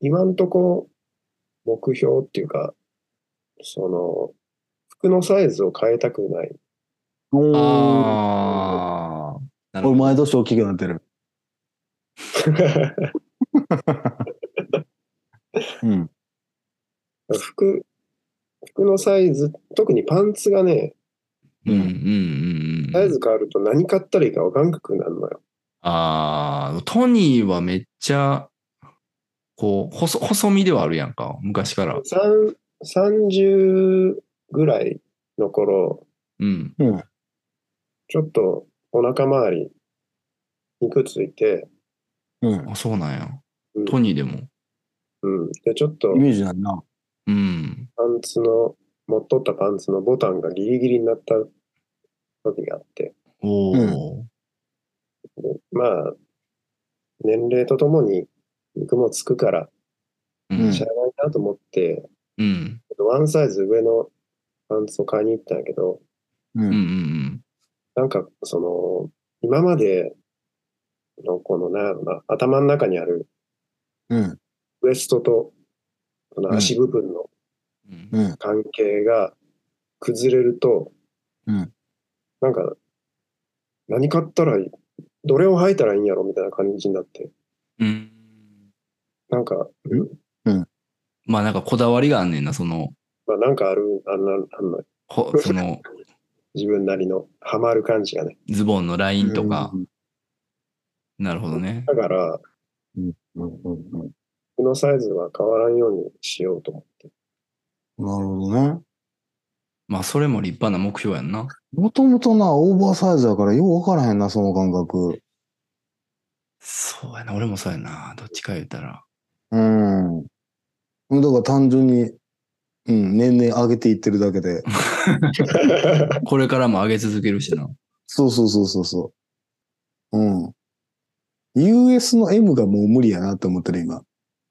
Speaker 3: 今んとこ、目標っていうか、その、服のサイズを変えたくない。 <laughs>
Speaker 1: おー。
Speaker 2: ああ。
Speaker 1: 俺、毎年大きくなってる。うん。
Speaker 3: 服、服のサイズ、特にパンツがね、
Speaker 2: うんうんうんうん。
Speaker 3: サイズ変わると何買ったらいいかわかんなくなるのよ。
Speaker 2: ああ、トニーはめっちゃ、こう、細、細身ではあるやんか、昔から。
Speaker 3: 三30ぐらいの頃、
Speaker 2: うん。
Speaker 1: うん。
Speaker 3: ちょっとお腹周り、肉ついて、
Speaker 1: うん。
Speaker 2: あ、そうなんや。
Speaker 3: うん
Speaker 2: トニーでも。
Speaker 3: うん。で、ちょっと
Speaker 1: イ、メージなんな。
Speaker 2: うん。
Speaker 3: パンツの、持っとったパンツのボタンがギリギリになった時があって、
Speaker 2: おお、
Speaker 3: まあ、年齢とともに肉もつくから、
Speaker 1: う
Speaker 2: う
Speaker 1: んん
Speaker 3: しゃあないなと思って、
Speaker 2: うん。
Speaker 3: ワンサイズ上のパンツを買いに行ったんやけど、
Speaker 1: う。
Speaker 2: うんうんん
Speaker 3: なんか、その、今までのこの、なんやろな、頭の中にある
Speaker 1: うん。
Speaker 3: ウエストと、この足部分の
Speaker 2: うん
Speaker 1: う。ん。
Speaker 3: 関係が崩れると、
Speaker 1: うん
Speaker 3: なんか、何買ったらいいどれを履いたらいいんやろみたいな感じになって、
Speaker 2: うん。
Speaker 3: なんか、
Speaker 1: うん
Speaker 2: まあなんかこだわりがあんねんな、その、
Speaker 3: まあなんかある、あんな、あんな、
Speaker 2: ほその、
Speaker 3: 自分なりのハマる感じがね。
Speaker 2: ズボンのラインとか。なるほどね。
Speaker 3: だから、
Speaker 1: うん。うん。うん。
Speaker 3: このサイズは変わらんようにしようと思
Speaker 1: <laughs>
Speaker 3: って。
Speaker 1: なるほどね。
Speaker 2: まあそれも立派な目標やんな。
Speaker 1: もともとな、オーバーサイズやからようわからへんな、その感覚。
Speaker 2: そうやな、俺もそうやな。どっちか言うたら。
Speaker 1: うん。だから単純に、うん、年々上げていってるだけで。
Speaker 2: これからも上げ続けるしな。
Speaker 1: そうそうそうそうそう。うん。US の M がもう無理やなって思ってる、今。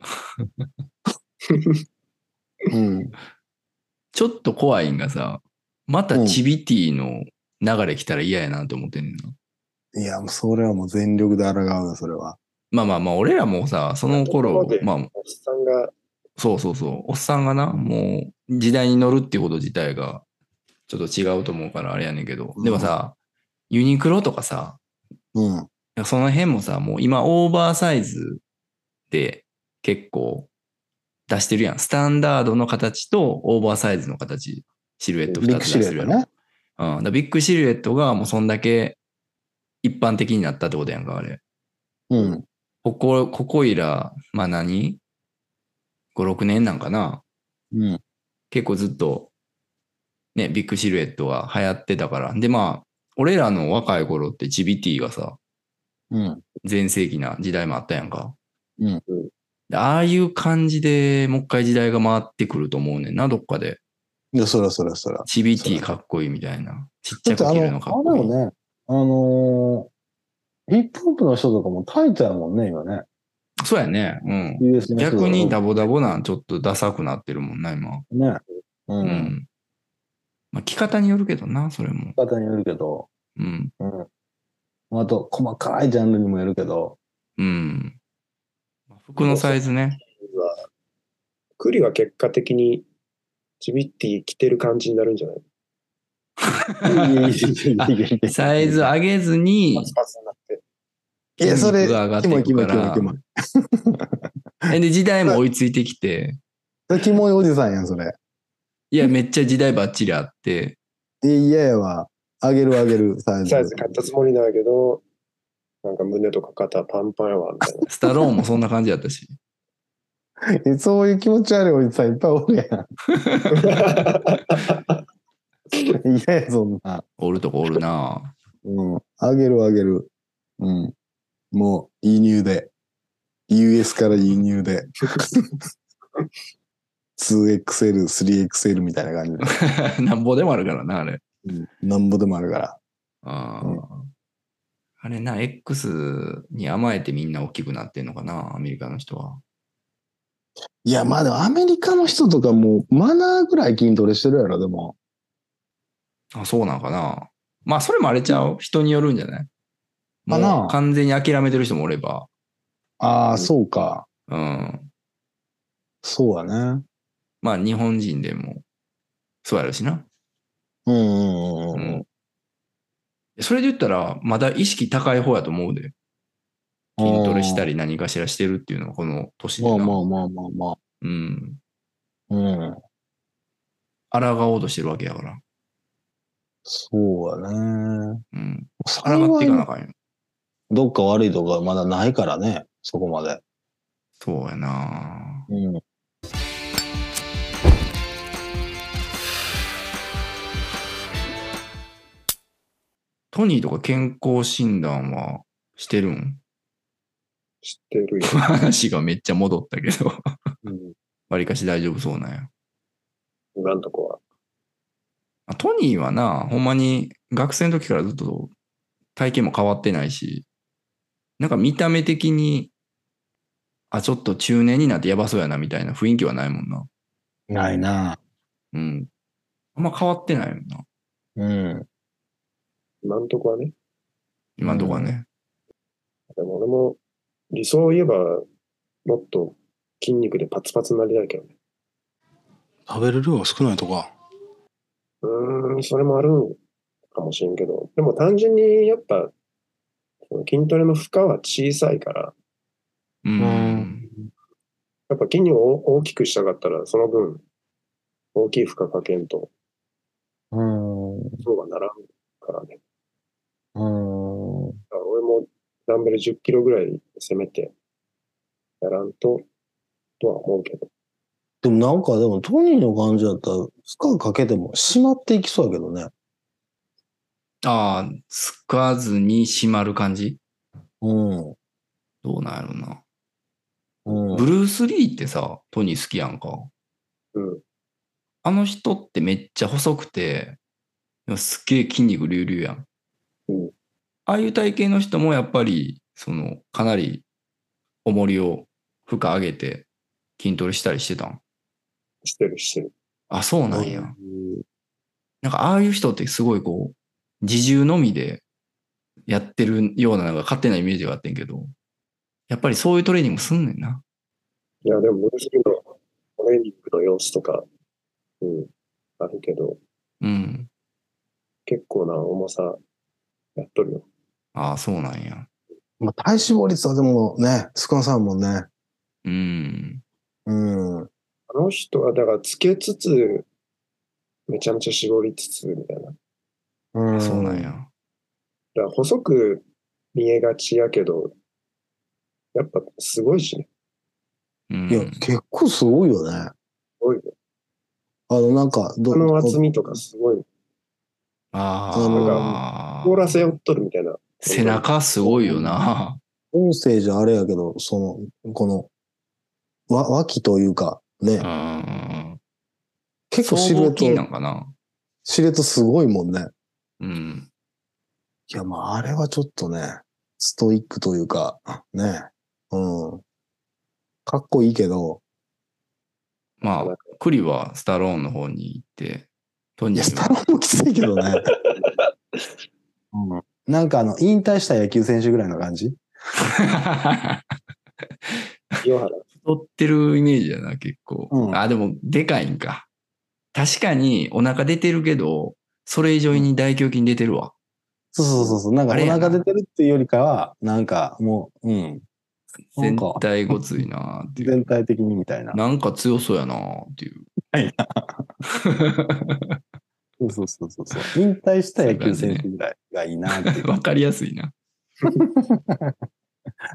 Speaker 2: <laughs>
Speaker 1: うん。
Speaker 2: ちょっと怖いんがさ、またチビティの流れ来たら嫌やなと思ってんねんな。
Speaker 1: いや、もうそれはもう全力で抗うよ、それは。
Speaker 2: まあまあまあ、俺らもさ、その
Speaker 3: こ
Speaker 2: 頃
Speaker 3: こで、
Speaker 2: まあ、
Speaker 3: おっさんが、
Speaker 2: そうそうそう、おっさんがな、もう時代に乗るっていうこと自体がちょっと違うと思うからあれやねんけど、
Speaker 1: うん
Speaker 2: でもさ、ユニクロとかさ、
Speaker 1: うん。
Speaker 2: その辺もさ、もう今オーバーサイズで結構出してるやん。スタンダードの形とオーバーサイズの形、シルエット
Speaker 1: ビ
Speaker 2: 2
Speaker 1: ッグ
Speaker 2: つ
Speaker 1: シ
Speaker 2: 出
Speaker 1: ルエ
Speaker 2: してるや
Speaker 1: ッ
Speaker 2: ん。
Speaker 1: トね。
Speaker 2: うん、だからビッグシルエットがもうそんだけ一般的になったってことやんか、あれ。
Speaker 1: うん。
Speaker 2: ここ、ここいら、まあ何 ?5、6年なんかな
Speaker 1: うん。
Speaker 2: 結構ずっと、ね、ビッグシルエットが流行ってたから。で、まあ、俺らの若い頃ってチビティがさ、
Speaker 1: うん。
Speaker 2: 全盛期な時代もあったやんか。
Speaker 1: うん
Speaker 3: うん
Speaker 2: でああいう感じでもう一回時代が回ってくると思うねんな、どっかで。
Speaker 1: いや、そらそらそら。
Speaker 2: チビティかっこいいみたいな。ちっち
Speaker 1: だ
Speaker 2: ゃ
Speaker 1: ってあの、あ
Speaker 2: く着る
Speaker 1: れ
Speaker 2: のかっこいい。
Speaker 1: よね、あのー、ヒップホップの人とかもタイトやもんね、今ね。
Speaker 2: そうやね。うん。
Speaker 1: US の人とか
Speaker 2: 逆にダ
Speaker 1: ね。
Speaker 2: ボダボな、ちょっとダサくなってるもんな、今。
Speaker 1: う。
Speaker 2: うんん。まあ、着方によるけどな、それも。
Speaker 1: 方によるけど、
Speaker 2: うん。
Speaker 1: うん。あと、細かいジャンルにもよるけど、
Speaker 2: うん。服のサイズね。
Speaker 3: は、クリは結果的に、チビッティ着てる感じになるんじゃない
Speaker 1: <laughs>
Speaker 2: サイズ上げずに
Speaker 3: パ、ツパツになって。
Speaker 1: いや、それ、
Speaker 2: 筋肉が上がって
Speaker 1: キ
Speaker 2: い
Speaker 1: モいキ
Speaker 2: く
Speaker 1: モ
Speaker 2: か
Speaker 1: いキモい
Speaker 2: ら
Speaker 1: キモい。
Speaker 2: えで、時代も追いついてきて、
Speaker 1: それキモいおじさんやん、それ。
Speaker 2: いや、めっちゃ時代ばっちりあって、
Speaker 1: いや、嫌やわ。上げる上げる、サイズ。
Speaker 3: サイズ買ったつもりなんやけど、なんか胸とか肩パンパンやわ、みたいな。
Speaker 2: スタローンもそんな感じだっ
Speaker 1: <laughs>
Speaker 2: たし。
Speaker 1: えそういう気持ち悪いおじさんいっぱいおるや <laughs> ん。嫌や、そんな。
Speaker 2: おるとこおるな <laughs>
Speaker 1: うん。上げる上げる。うん。もう、輸入で。US から輸入で。2XL、3XL みたいな感じで。
Speaker 2: なんぼでもあるからな、あれ。
Speaker 1: うん。なんぼでもあるから。
Speaker 2: あ,、
Speaker 1: うん
Speaker 2: あれな、X に甘えてみんな大きくなってんのかな、アメリカの人は。
Speaker 1: いや、まあでもアメリカの人とかもうマナーぐらい筋トレしてるやろ、でも。
Speaker 2: あ、そうなんかな。まあ、それもあれちゃう。人によるんじゃない
Speaker 1: かな
Speaker 2: もう完全に諦めてる人もおれば。
Speaker 1: ああ、そうか。
Speaker 2: うん。
Speaker 1: そうやね。
Speaker 2: まあ、日本人でも、そうやるしな。
Speaker 1: うんうんうんう。
Speaker 2: うんん。それで言ったら、まだ意識高い方やと思うで。筋トレした
Speaker 1: り。
Speaker 2: り何かしらしてるっていうのは、この年で
Speaker 1: まあ
Speaker 2: な。
Speaker 1: まあまあまあまあ。
Speaker 2: うん。
Speaker 1: うん。
Speaker 2: 抗おうとしてるわけやから。
Speaker 1: そうやね。
Speaker 2: うん。抗っ
Speaker 1: 幸
Speaker 2: てい
Speaker 1: い
Speaker 2: かなあかんよ。
Speaker 1: どっか悪いとこはまだないからね、そこまで。
Speaker 2: そうやな
Speaker 1: うん。
Speaker 2: トニーとか健康診断はしてるん <laughs>
Speaker 3: 知ってるよ。
Speaker 2: 話がめっちゃ戻ったけど。 <laughs>
Speaker 3: うん
Speaker 2: わりかし大丈夫そうなんや。
Speaker 3: 今んとこは。
Speaker 2: あトニーはな、ほんまに学生の時からずっと体型も変わってないし、なんか見た目的に、あ、ちょっと中年になってやばそうやなみたいな雰囲気はないもんな。
Speaker 1: ないな。
Speaker 2: うん。あんま変わってないもんな。
Speaker 1: うん。
Speaker 3: 今んとこはね。
Speaker 2: 今のとこはね。
Speaker 3: でも俺も、理想を言えば、もっと筋肉でパツパツになりたいけどね。
Speaker 1: 食べる量が少ないとか。
Speaker 3: うーん、それもあるんかもしれんけど。でも単純にやっぱ、その筋トレの負荷は小さいから、
Speaker 2: うん。
Speaker 3: やっぱ筋肉を大きくしたかったら、その分、大きい負荷かけんと、
Speaker 1: うん。う
Speaker 3: そうはならんからね。
Speaker 1: ん。
Speaker 3: だから俺もダンベル10キロぐらい攻めて、やらんと、とは思うけど。
Speaker 1: でもなんかでもトニーの感じだったら、負荷かけても締まっていきそうやけどね。
Speaker 2: ああ、つかずに締まる感じ
Speaker 1: うん。
Speaker 2: どうなんやろな。
Speaker 1: うん。
Speaker 2: ブルース・リーってさ、トニー好きやんか。
Speaker 3: うん。
Speaker 2: あの人ってめっちゃ細くて、でもすっげえ筋肉隆々やん。
Speaker 3: うん
Speaker 2: ああいう体型の人もやっぱり、その、かなり重りを負荷上げて筋トレしたりしてたん。
Speaker 3: してるしてる。
Speaker 2: あ、そうなんや。なんかああいう人ってすごいこう、自重のみでやってるようななんか勝手なイメージがあってんけど、やっぱりそういうトレーニングもすんねんな。
Speaker 3: いや、でも、ブルース・リーのトレーニングの様子とか、うん、あるけど、
Speaker 2: うん。
Speaker 3: 結構な重さやっとるよ。
Speaker 2: ああ、そうなんや。
Speaker 1: まあ、体脂肪率はでもね、少なさんもんね。
Speaker 2: うん。
Speaker 1: うん。
Speaker 3: あの人は、だから、つけつつ、めちゃめちゃ絞りつつ、みたいな。だか
Speaker 1: うん、
Speaker 2: そうなん。や。
Speaker 3: ら、細く見えがちやけど、やっぱ、すごいしね。
Speaker 2: うん。
Speaker 1: いや、結構すごいよね。
Speaker 3: すごいよ。
Speaker 1: あの、なんか、ど
Speaker 3: あの厚みとかすごい。
Speaker 2: あ
Speaker 3: 凍ら
Speaker 2: あ。
Speaker 3: せよっとるみたいな。
Speaker 2: 背中すごいよな。
Speaker 1: 音声じゃあれやけど、その、この、わ、脇というか、ね、
Speaker 2: うん。
Speaker 1: 結構シ
Speaker 2: 総
Speaker 1: ルエ
Speaker 2: 合筋
Speaker 1: ッ
Speaker 2: な
Speaker 1: ト、
Speaker 2: んかな。
Speaker 1: シルエットすごいもんね。
Speaker 2: うん。
Speaker 1: いや、まあ、あれはちょっとね、ストイックというか、ね、うん。かっこいいけど、
Speaker 2: まあ、クリはスタローンの方に行って、ト
Speaker 1: い
Speaker 2: ニ
Speaker 1: や、ス
Speaker 2: ー
Speaker 1: タ
Speaker 2: は
Speaker 1: ローンもきついけど
Speaker 3: <laughs>
Speaker 1: ね。うん、なんかあの、引退した野球選手ぐらいの感じ
Speaker 2: <laughs>
Speaker 3: 清原。
Speaker 2: 太ってるイメージだな、結構。
Speaker 1: うん
Speaker 2: あ、でも、でかいんか。確かに、お腹出てるけど、それ以上に大胸筋出てるわ。
Speaker 1: そうそうそうそう。なんか
Speaker 2: あ
Speaker 1: お
Speaker 2: れやな
Speaker 1: 腹出てるっていうよりかは、なんかもう、うん、なん
Speaker 2: 全
Speaker 1: か
Speaker 2: 体ごついなっていう。
Speaker 1: 全体的にみたいな。
Speaker 2: なんか強そうやなっていう。
Speaker 1: はい。そうそうそうそうそう。引退した野球選手ぐらいがいいなっていう。
Speaker 2: <laughs> わかりやすいな。
Speaker 1: <laughs>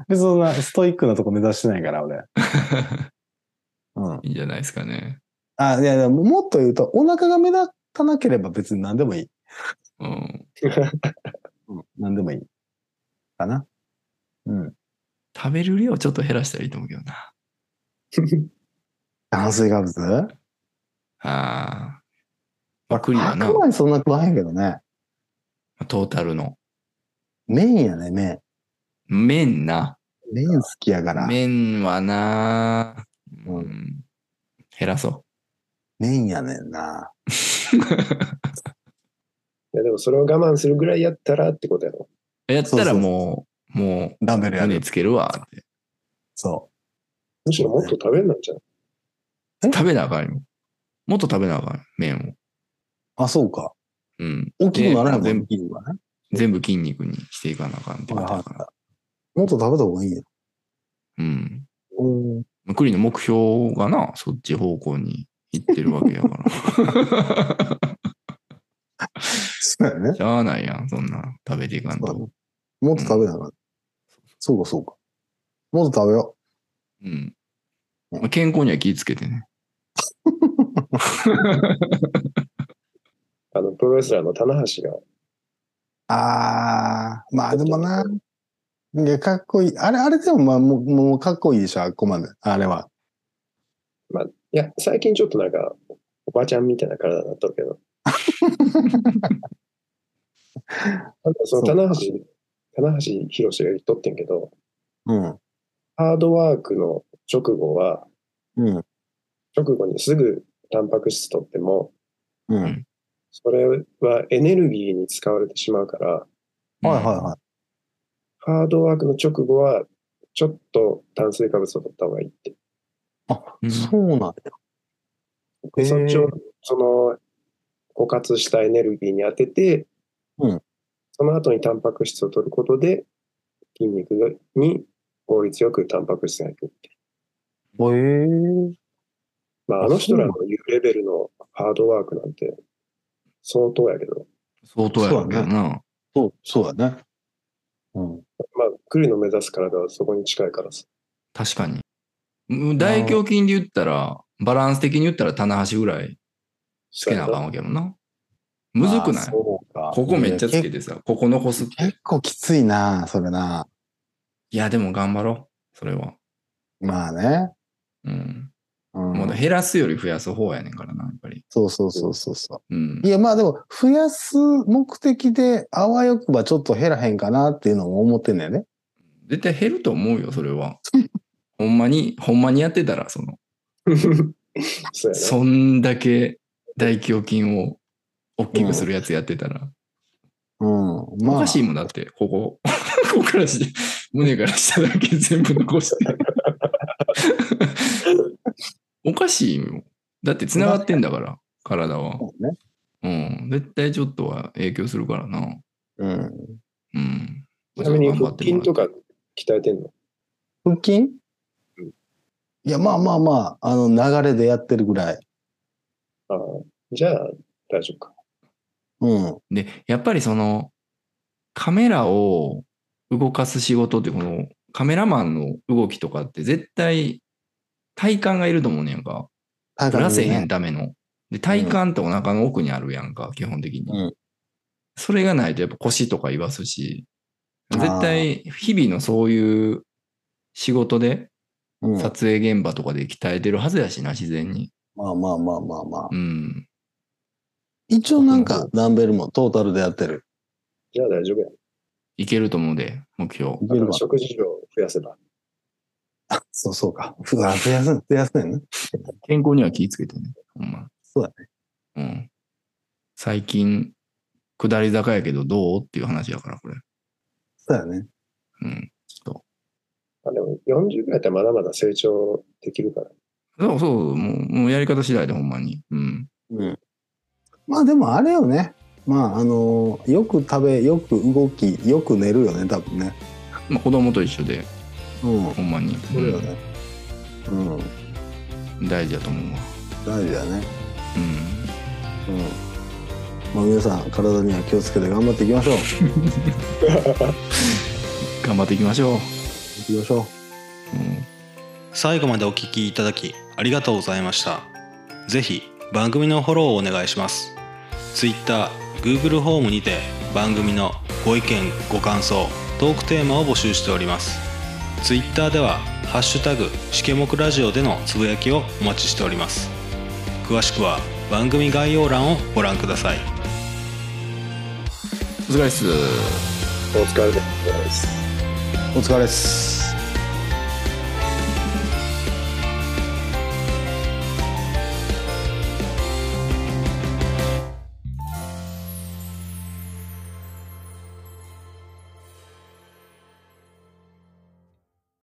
Speaker 1: 別にそんなストイックなとこ目指してないから、
Speaker 2: <laughs>
Speaker 1: 俺。うん。
Speaker 2: いいんじゃないですかね。
Speaker 1: あ、いやいや、もっと言うと、お腹が目立たなければ別に何でもいい。
Speaker 2: うん。
Speaker 1: うん。何でもいい。かな。うん。
Speaker 2: 食べる量ちょっと減らしたらいいと思うけどな。
Speaker 1: 炭水化物
Speaker 2: ああ。
Speaker 1: まあ
Speaker 2: クリはな、
Speaker 1: 白米そんな食わへんけどね。
Speaker 2: トータルの。
Speaker 1: 麺やね、麺。
Speaker 2: 麺な。
Speaker 1: 麺好きやから。
Speaker 2: 麺はな、う
Speaker 1: うん
Speaker 2: ん、減らそ
Speaker 1: 麺やねんな。
Speaker 2: う。
Speaker 3: いや、でもそれを我慢するぐらいやったらってことやろ。
Speaker 2: やったらもう、も
Speaker 1: ダンベ
Speaker 2: う、
Speaker 1: ルや
Speaker 2: 胸
Speaker 1: る。
Speaker 2: つけるわって。
Speaker 1: そ
Speaker 3: むしろもっと食べるなんじゃん。
Speaker 2: 食べなあかんよ。もっと食べなあかんよ、麺を。
Speaker 1: う。あ、そうか。
Speaker 2: うん。
Speaker 1: 大きくならないも
Speaker 2: で
Speaker 1: ん、筋肉がね。
Speaker 2: 全部筋肉にしていかなあかんってことだから。
Speaker 1: もっと食べた方がいいよ。
Speaker 2: うん。
Speaker 1: うん。
Speaker 2: クリの目標がな、そっち方向に行ってるわけや
Speaker 1: <laughs>
Speaker 2: から。
Speaker 1: そうやね。
Speaker 2: しゃあないやん、そんな。食べていかんと。
Speaker 1: もっと食べなあかん。そうか、そうか。もっと食べよ
Speaker 2: うん。まあ健康には気ぃつけてね。
Speaker 3: あの、プロレスラーの棚橋が、
Speaker 1: う。あー、まあでもな。いや、かっこいい。あれ、あれでもまあ、もう、もうかっこいいでしょ、あっこまで。あれは。
Speaker 3: いや、最近ちょっとなんか、おばちゃんみたいな体になっとるけど。なんかその棚橋、棚橋博士が言っとってんけど、
Speaker 1: うん。
Speaker 3: ハードワークの直後は、
Speaker 1: うん。
Speaker 3: 直後にすぐタンパク質取っても、
Speaker 1: うん。は
Speaker 2: ん
Speaker 1: い
Speaker 3: それはエネルギーに使われてしまうから、
Speaker 1: はいは
Speaker 3: ハードワークの直後は、ちょっと炭水化物を取った方がいいって。
Speaker 2: う
Speaker 1: い。
Speaker 2: ん
Speaker 1: そうなんや。へー
Speaker 3: そっちを、その、枯渇したエネルギーに当てて、
Speaker 1: うん
Speaker 3: その後にタンパク質を取ることで、筋肉に効率よくタンパク質がいくって。
Speaker 1: へえ。
Speaker 3: まあ、あの人らの言うレベルのハードワークなんて、相当やけど、
Speaker 2: 相当やろうけどな。
Speaker 1: そう、そうだね。うん。
Speaker 3: まあ、クリの目指す体はそこに近いからさ。
Speaker 2: 確かに。うん大胸筋で言ったら、バランス的に言ったら棚橋ぐらいつけなあかんわけやもんな。むずく
Speaker 1: あ
Speaker 2: ない
Speaker 1: そうか。
Speaker 2: ここめっちゃつけ
Speaker 1: る。
Speaker 2: てさ、ここ残すって。
Speaker 1: 結構きついな、それな。
Speaker 2: いや、でも頑張ろう。それは。
Speaker 1: まあね。
Speaker 2: うん。
Speaker 1: うん、
Speaker 2: もう減らすより増やす方やねんからな、やっぱり。
Speaker 1: そうそうそうそうそ
Speaker 2: うん
Speaker 1: う。い。や、まあでも、増やす目的で、あわよくばちょっと減らへんかなっていうのも思ってんねんね。
Speaker 2: 絶対減ると思うよ、それは。ほんまに、ほんまにやってたら、その、
Speaker 3: <laughs> そうやな。
Speaker 2: そんだけ大胸筋を大きくするやつやってたら、
Speaker 1: うん。まあ。
Speaker 2: おかしいもんだって、ここ、 <laughs> ここからし、胸から下だけ全部残して。 <laughs> おかしいよ。だって繋がってんだから、体は。
Speaker 1: そうね。
Speaker 2: うん。絶対ちょっとは影響するからな。
Speaker 1: うん。
Speaker 2: うん。
Speaker 3: ちなみに
Speaker 2: 頑張
Speaker 3: 腹
Speaker 2: ってもら
Speaker 3: 筋
Speaker 2: う
Speaker 3: とか鍛えてんの
Speaker 1: 腹筋いや、まあまあまあ、あの、流れでやってるぐらい。
Speaker 3: ああ、じゃあ大丈夫か。
Speaker 1: うん。
Speaker 2: で、やっぱりその、カメラを動かす仕事って、このカメラマンの動きとかって絶対体幹がいると思うねやんか。
Speaker 1: 体
Speaker 2: ぶらせへん
Speaker 1: ん。
Speaker 2: ための。で、体幹ってお腹の奥にあるやんか、基本的に。
Speaker 1: うん
Speaker 2: それがないとやっぱ腰とか言わすし、
Speaker 1: あー
Speaker 2: 絶対日々のそういう仕事で、
Speaker 1: うん
Speaker 2: 撮影現場とかで鍛えてるはずやしな、自然に。
Speaker 1: まあまあまあまあまあ
Speaker 2: う。ん。
Speaker 1: 一応なんか、ダンベルもトータルでやってる。
Speaker 3: じゃあ大丈夫や。
Speaker 2: いけると思うで、目標。
Speaker 1: いけ
Speaker 3: だか
Speaker 1: る
Speaker 3: ら
Speaker 1: わ。
Speaker 3: 食事量を増やせば。
Speaker 1: そうそうか。ふわ、増やす、増やすねんね。
Speaker 2: 健康には気ぃつけてね。ほんま。
Speaker 1: そうだ
Speaker 2: ね。うん。最近、下り坂やけどどうっていう話やから、これ。
Speaker 1: そうやね。
Speaker 2: うん。
Speaker 3: あでも40ぐらいだったらまだまだ成長できるから。
Speaker 2: そうそう、もう、もうやり方次第でほんまに。うん。
Speaker 1: うん。まあでもあれよね。まああのよく食べ、よく動き、よく寝るよね、多分ね。
Speaker 2: まあ、子供と一緒で、
Speaker 1: うん。
Speaker 2: ほんまに。
Speaker 1: それよね。うん。
Speaker 2: うん大事だと思うわ。
Speaker 1: 大事だね。
Speaker 2: うん。
Speaker 1: うん。まあ皆さん、体には気をつけて頑張っていきましょう。
Speaker 2: 頑張っていきましょう。
Speaker 1: いきましょう。
Speaker 2: うん。
Speaker 4: 最後までお聞きいただきありがとうございましたぜひ番組のフォローをお願いします Twitter、Google ホームにて番組のご意見ご感想トークテーマを募集しております Twitter では「ハッシュタグしけもくラジオ」でのつぶやきをお待ちしております詳しくは番組概要欄をご覧ください
Speaker 2: お疲れっす。
Speaker 3: お疲れ様です。
Speaker 1: お疲れっす。